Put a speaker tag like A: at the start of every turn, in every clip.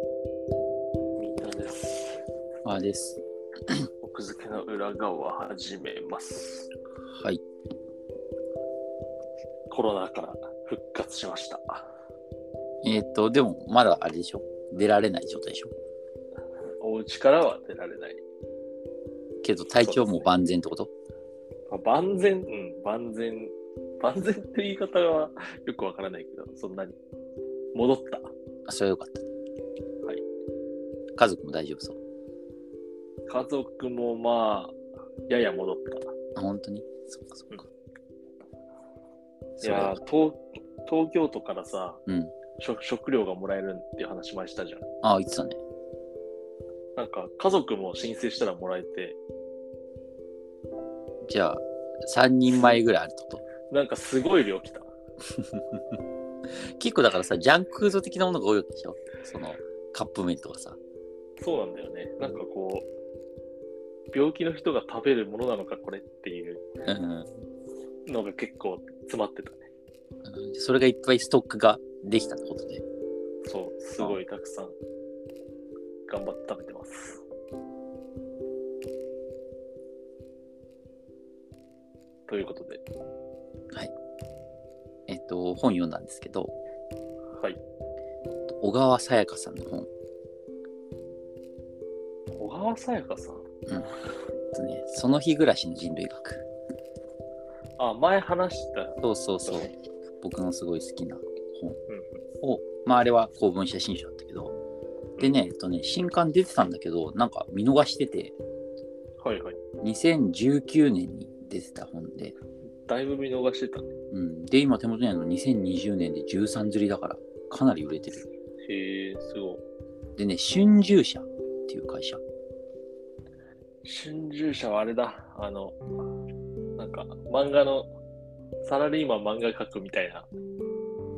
A: 三田です。
B: あです。
A: 奥付けの裏側始めます。
B: はい。
A: コロナから復活しました。
B: えーっ、と、でも、まだあれでしょ出られない状態でしょ
A: お家からは出られない。
B: けど、体調も万全ってこと、
A: まあ万全、うん、万全、万全って言い方はよくわからないけど、そんなに。戻った。
B: あ、それはよかった。
A: はい。
B: 家族も大丈夫そう。
A: 家族もまあ、やや戻っ
B: あ、本当にそっかそっか。
A: た。い
B: それは
A: やー
B: よかっ
A: 東、東京都からさ、
B: たうん。
A: 食食料がもらえるっていう話前したじゃん。
B: あ、言ってたね。
A: なんか、家族も申請したらもらえて、
B: じゃあ、3人前ぐらいあるってこ
A: なんかすごい量来た。
B: と結構だからさ、ジャンクフード的なものが多いわけでしょその、カップ麺とかさ。
A: そうなんだよね。なんかこう、病気の人が食べるものなのか、これっていう
B: うんうん。
A: のが結構詰まってたね。
B: うんそれがいっぱいストックができたってことで。
A: そう、すごいたくさん頑張って食べてます。ということで、
B: えーっ、と、本読んだんですけど、
A: はい。
B: 小川さやかさんの本。
A: 小川さやかさん。
B: えっとね、その日暮らしの人類学。
A: あ、前話した。
B: そうそうそう。僕のすごい好きな本
A: うん
B: を、まああれは公文写真集だったけど、でね、えっとね、新刊出てたんだけど、なんか見逃してて、
A: はいはい。
B: 2019年に出てた本で、
A: だいぶ見逃してたね。
B: うん、で、今手元にあるの2020年で13釣りだから、かなり売れてる。
A: へえ、すごい。
B: でね、春秋社っていう会社。
A: 春秋社はあれだ。あの、なんか漫画の、サラリーマン漫画描くみたいな。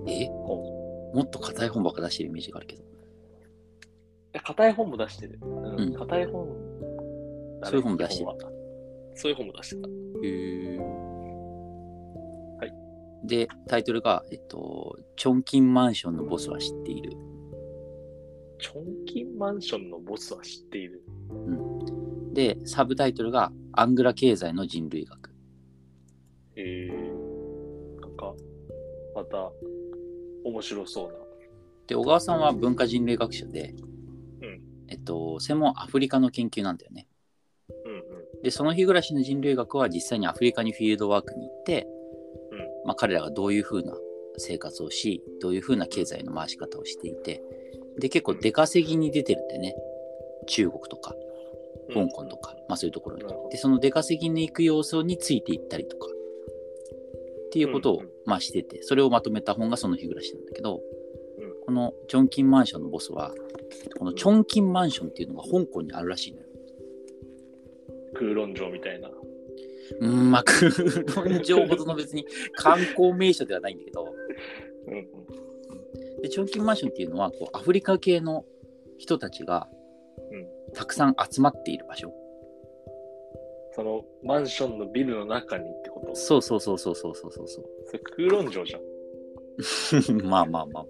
B: えもっと硬い本ばっか出してるイメージがあるけど、
A: え硬い本も出してる。うん
B: うん
A: 硬い本だね。
B: そういう本も出して
A: 基
B: る
A: 本は。そういう本も出してた。
B: へ
A: はい
B: で、タイトルが、えっと、チョンキンマンションのボスは知っている。
A: チョンキンマンションのボスは知っている。
B: で、サブタイトルが、アングラ経済の人類学。
A: えー、なんか、また、面白そうな。
B: で、小川さんは文化人類学者で、
A: うん
B: えっと、専門アフリカの研究なんだよね。
A: うん
B: で、その日暮らしの人類学は実際にアフリカにフィールドワークに行って、
A: うん
B: まあ、彼らがどういうふうな生活をし、どういうふうな経済の回し方をしていて、で、結構出稼ぎに出てるんだよね。中国とか、
A: うん。うん
B: 香港とか、まあそういうところに
A: なるほど。
B: で、その出稼ぎに行く様子についていったりとか、っていうことを、
A: うんうん
B: まあしてて、それをまとめた本がその日暮らしなんだけど、
A: うん
B: このチョンキンマンションのボスは、このチョンキンマンションっていうのが香港にあるらしいのよ。
A: 空論城みたいな。
B: うーん、まあ、空論城ほどの別に観光名所ではないんだけど、
A: うんうん。
B: でチョンキンマンションっていうのはこう、アフリカ系の人たちが
A: うん
B: たくさん集まっている場所。
A: その、マンションのビルの中にってこと。
B: そうそうそうそうそうそうそうそう。
A: それ空論城じゃん。
B: まあまあまあ。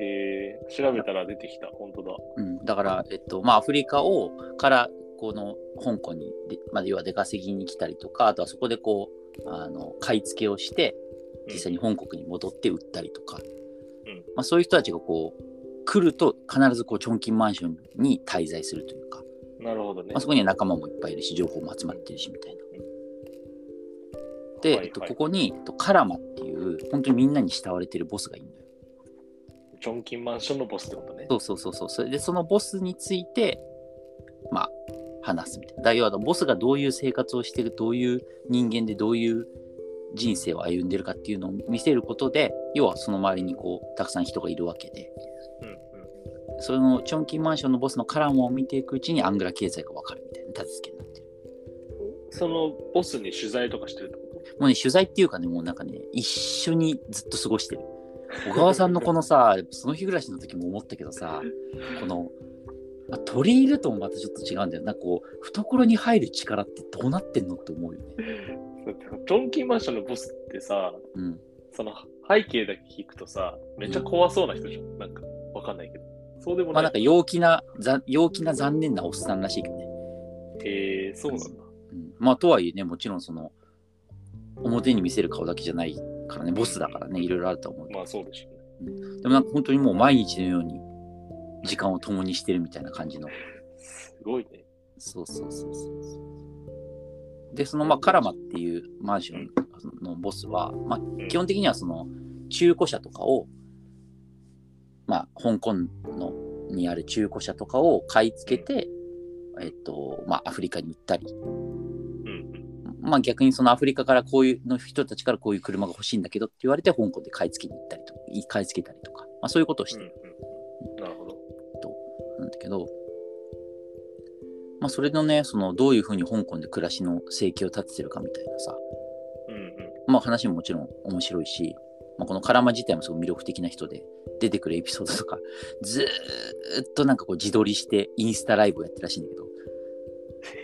A: へえ、調べたら出てきた。本当だ。
B: うん、だから、えっとまあ、アフリカをからこの香港にで、まあ、要は出稼ぎに来たりとかあとはそこでこうあの買い付けをして実際に本国に戻って売ったりとか、
A: うん
B: まあ、そういう人たちがこう来ると必ずこうチョンキンマンションに滞在するというか、
A: なるほどね。
B: まあ、そこには仲間もいっぱいいるし情報も集まってるしみたいな。で、
A: はい
B: えっと、
A: はい
B: ここに、えっと、カラマっていう本当にみんなに慕われてるボスがいるのよ。
A: チョンキンマンションのボスってことね。
B: そうそうそうそう。それで、そのボスについて、まあ、話すみたいな。だ要は、ボスがどういう生活をしてる、どういう人間で、どういう人生を歩んでるかっていうのを見せることで、要はその周りにこう、たくさん人がいるわけで、
A: うんうん。
B: そのチョンキンマンションのボスのカラムを見ていくうちに、アングラ経済がわかるみたいな立て付けになってる。
A: そのボスに取材とかしてるってこ
B: もうね、取材っていうかね、もうなんかね、一緒にずっと過ごしてる。小川さんのこのさ、その日暮らしの時も思ったけどさ、この、まあ、鳥いるともまたちょっと違うんだよ。なんかこう、懐に入る力ってどうなってんのって思うよね。
A: とだってチョンキンマンションのボスってさ、
B: うん。
A: その背景だけ聞くとさ、めっちゃ怖そうな人じゃん。なんか、わかんないけど。そうでも
B: ま
A: な
B: あ
A: い。
B: なんか陽気な、ざ陽気な残念なおっさんらしいけどね。
A: えー、そうなんだ。
B: うん、まあとはいえね、もちろんその、表に見せる顔だけじゃないからね、ボスだからね、いろいろあると思うけど
A: まあ、そうでしょうね。
B: でもなんか本当にもう毎日のように時間を共にしてるみたいな感じの。
A: すごいね。
B: そうそうそうそうそう。で、そのまあカラマっていうマンションのボスは、まあ
A: うん
B: 基本的にはその中古車とかを、まあ香港のにある中古車とかを買い付けて、えっと、まあアフリカに行ったり、
A: うんうん。
B: まあ逆にそのアフリカからこういうの人たちからこういう車が欲しいんだけどって言われて香港で買い付けに行ったりとか、買い付けたりとか、まあそういうことをして
A: うん
B: る
A: うん。なるほど。
B: なんだけど、まあ、それのねそのどういうふうに香港で暮らしの生計を立ててるかみたいなさ、
A: うん うん。
B: まあ、話ももちろん面白いし、まあ、このカラマ自体もすごい魅力的な人で出てくるエピソードとかずーっとなんかこう自撮りしてインスタライブをやってるらしいんだけど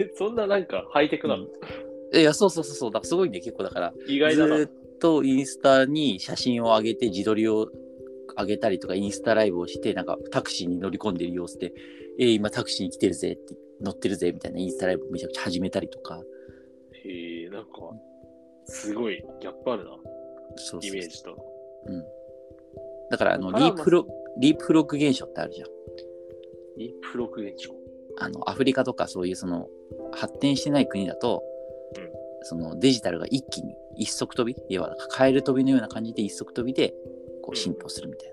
A: えそんななんか、ハイテクなの、
B: いやそうそうそうそうだからすごいね結構だから
A: 意
B: ず
A: 外だな。
B: ーっとインスタに写真を上げて自撮りを上げたりとかインスタライブをしてなんかタクシーに乗り込んでる様子で「えー今タクシーに来てるぜ」って乗ってるぜみたいなインスタライブめちゃくちゃ始めたりとか
A: へえなんか、すごい、ギャップあるな、
B: そうそう
A: イメージと。
B: うん、だからあの
A: カ
B: リ
A: ラ
B: ー
A: マ
B: プロリープフロック現象ってあるじゃん
A: リプロク現象。
B: あのアフリカとかそういうその発展してない国だと、
A: うん
B: そのデジタルが一気に一足飛び要はカエル飛びのような感じで一足飛びでこ
A: うん
B: う浸透するみたい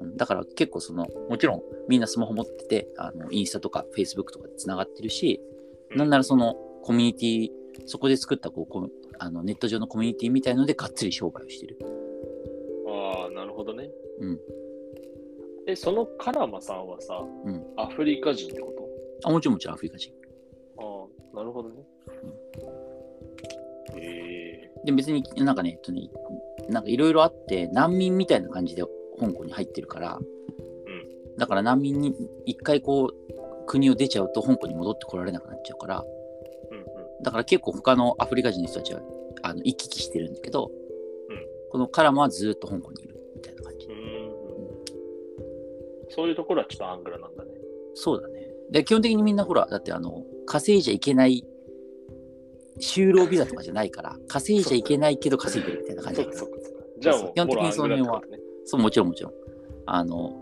B: な、うんだから結構そのもちろんみんなスマホ持っててあのインスタとかフェイスブックとかでつながってるし、
A: うん
B: なんならそのコミュニティそこで作ったこうこうあのネット上のコミュニティみたいのでがっつり商売をしてる
A: ああ、なるほどね。
B: うん。
A: え、そのカラマさんはさ、
B: ん
A: アフリカ人ってこ
B: あもちろんもちろんアフリカ人
A: とああ、なるほどね。へえ
B: で別になんかね、えっとね、なんかいろいろあって難民みたいな感じで香港に入ってるから、だから難民に一回こう国を出ちゃうと香港に戻ってこられなくなっちゃうから
A: うんう
B: だから結構他のアフリカ人の人たちはあの行き来してるんだけど、
A: うん
B: このカラマはずーっと香港にいるみたいな感じ、
A: ん。うんうんそういうところはちょっとアングラなんだね。
B: そうだねで基本的にみんなほらだってあの稼いじゃいけない就労ビザとかじゃないから稼いじゃいけないけど稼いでるみたいな感じ
A: そ
B: だ
A: っ
B: か
A: から そっかそっか。じゃあもう、
B: 基本的
A: ほ
B: に
A: らアングラってことね
B: そう、もちろんもちろん。あの、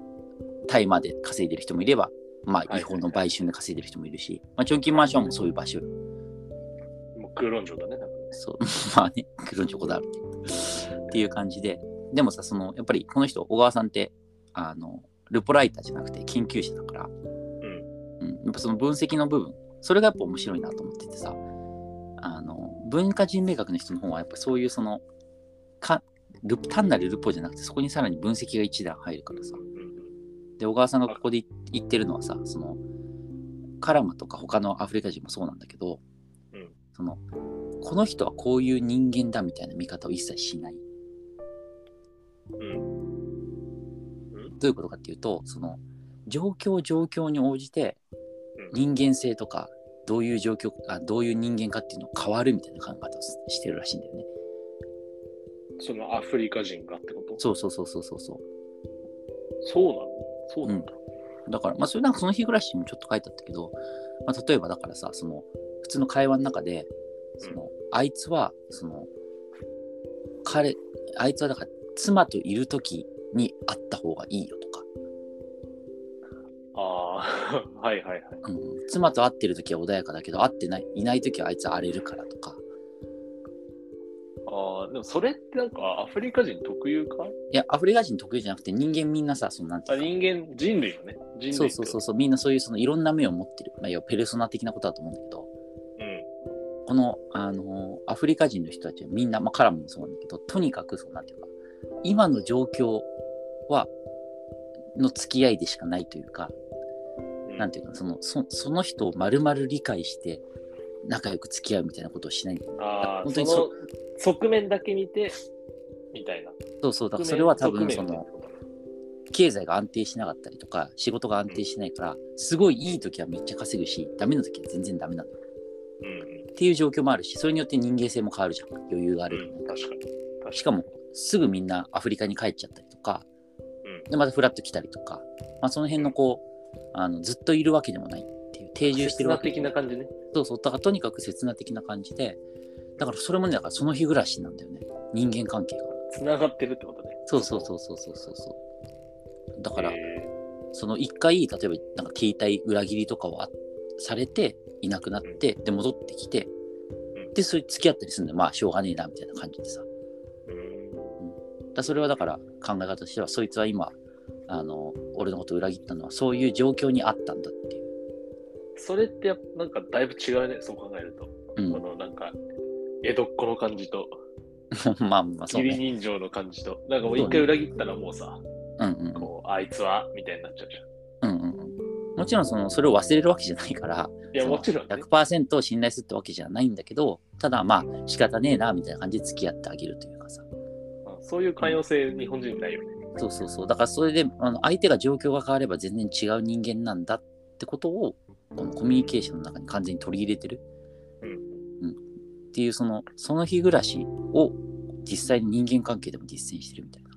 B: タイまで稼いでる人もいれば、まあ、
A: はい
B: 違法の買収で稼いでる人もいるし、まあ、チョンキンマンションもそういう場所。
A: もう空論上だね。だからね
B: そう、 まあね、黒チョコだるっていう感じで。でもさ、その、やっぱりこの人、小川さんって、あの、ルポライターじゃなくて研究者だから、うん。やっぱその分析の部分、それがやっぱ面白いなと思っててさ、あの、文化人類学の人の方は、やっぱそういうその、かル単なるルポじゃなくて、そこにさらに分析が一段入るからさ、
A: うん
B: で小川さんがここで言ってるのはさそのカラマとか他のアフリカ人もそうなんだけど、
A: うん
B: そのこの人はこういう人間だみたいな見方を一切しない
A: うん
B: どういうことかっていうとその状況状況に応じて人間性とかどういう状況あどういう人間かっていうのを変わるみたいな考え方をししてるらしいんだよね。
A: うん。そのアフリカ人がってこと
B: そうそうそうそうそうそう
A: そうなのそうなんだ。
B: だから、まあ、それなんかその日暮らしにもちょっと書いてあったけど、まあ、例えばだからさその普通の会話の中でそのあいつはその彼あいつはだから妻といる時に会った方がいいよとか、
A: ああ、 はいはいはい。
B: うん、妻と会ってる時は穏やかだけど会ってないいない時はあいつは荒れるからとか
A: ああ、でもそれってなんかアフリカ人特有か
B: いやアフリカ人得意じゃなくて人間みんなさそのなんて
A: あ
B: いうか
A: 人間、人類のね。人類。
B: そうそうそううそうみんなそういうそのいろんな目を持ってる、まあ、要はペルソナ的なことだと思うんだけど
A: うん。
B: この、あのアフリカ人の人たちはみんな、まあ、カラムもそうなんだけど、とにかくそうなんていうか、今の状況は、の付き合いでしかないというか、
A: うん
B: なんていうか、その、そその人を丸々理解して、仲良く付き合うみたいなことをしない。
A: ああ、本
B: 本当
A: 当
B: に
A: に
B: そ
A: その側面だけ見て、みたいな。
B: そうそう、だからそれは多分、そ
A: 側面
B: の、経済が安定しなかったりとか、仕事が安定しないから、すごいいい時はめっちゃ稼ぐし、ダメな時は全然ダメなんだっ
A: うん、
B: ていう状況もあるし、それによって人間性も変わるじゃん。余裕がある。
A: うん、確かに。確かに
B: しかも、すぐみんなアフリカに帰っちゃったりとか、
A: うん
B: でまたフラッと来たりとか、まあ、その辺のこうあのずっといるわけでもないっていう定住してるわけ
A: 刹那的な感じね。
B: そうそうだからとにかく刹那的な感じでだからそれもねだからその日暮らしなんだよね人間関係が
A: つながってるってことね。
B: そうそうそうそうそうそうそうだから
A: へー
B: その一回例えばなんか携帯裏切りとかをあされていなくなってで戻ってきて
A: うん
B: でそれ付き合ったりするんだよまあしょうがねえなみたいな感じでさ
A: うん
B: だそれはだから考え方としてはそいつは今あの俺のことを裏切ったのはそういう状況にあったんだっていう、
A: それってやっぱなんかだいぶ違うね、そう考えると。このなんか、江戸っ子の感じと、
B: うん まあまあそう
A: 義理
B: ね、
A: 人情の感じと、なんかもう一回裏切ったらもうさ、
B: うんうんうん
A: こう、あいつは、みたいになっちゃうじゃ
B: うんうんうん、もちろんそのそれを忘れるわけじゃないから
A: ん。いや、
B: その
A: もちろんね。
B: 100%信頼するってわけじゃないんだけどただまあ仕方ねえなみたいな感じで付き合ってあげるというかさ
A: うんそういう寛容性、日本人ないよね。
B: そうそうそうだからそれであの相手が状況が変われば全然違う人間なんだってことをこのコミュニケーションの中に完全に取り入れてる
A: うん。
B: っていうそのその日暮らしを実際に人間関係でも実践してるみたいな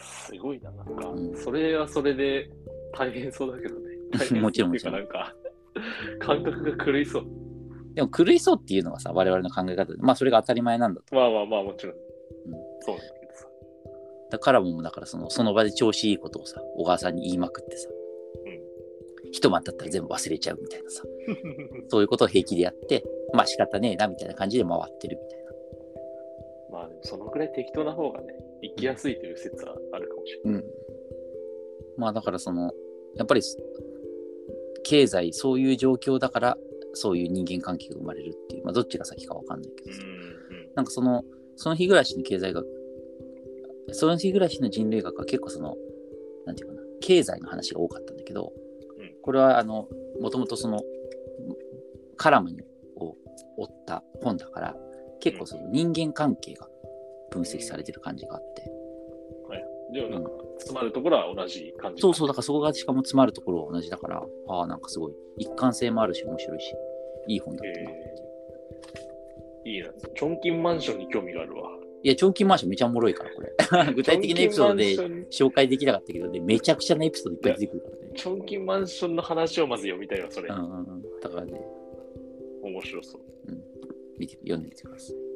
A: すごいな、なんか、
B: うん
A: それはそれで大変そうだけど ね。大変そう
B: もちろん
A: っていうか
B: もちろん
A: なんか、感覚が狂いそう。
B: でも狂いそうっていうのがさ我々の考え方でまあそれが当たり前なんだと
A: まあまあまあ、もちろん。そうなんだけどさ。
B: だからもうだからそのその場で調子いいことをさ小川さんに言いまくってさ、一晩経ったら全部忘れちゃうみたいなさそういうことを平気でやってまあ仕方ねえなみたいな感じで回ってるみたいな
A: まあでもそのくらい適当な方がね、生きやすいという説はあるかもしれ
B: うん、まあだからそのやっぱりす経済そういう状況だからそういう人間関係が生まれるっていう、まあ、どっちが先かわかんないけど
A: な
B: さ、
A: い。
B: なんかそのその日暮らしの経済学その日暮らしの人類学は結構そのなんていうかな経済の話が多かったんだけど、
A: うん
B: これはあのもともとそのカラムを追った本だから結構その人間関係が分析されてる感じがあって、
A: でもなんか、詰まるところは同じ感じ。
B: そうそう、だからそこがしかも詰まるところは同じだから、ああ、なんかすごい、一貫性もあるし、面白いし、いい本だったな。
A: えーいいな。チョンキンマンションに興味があるわ。
B: いや、長期マンションめちゃおもろいから、これ。 具体的なエピソードで紹介できなかったけどね、めちゃくちゃなエピソードいっぱい出てくるからね。
A: チョンキンマンションの話をまず読みたいわ、それ。
B: うんうんうん。だからね、
A: 面白そう。
B: 見て、読んでみてください。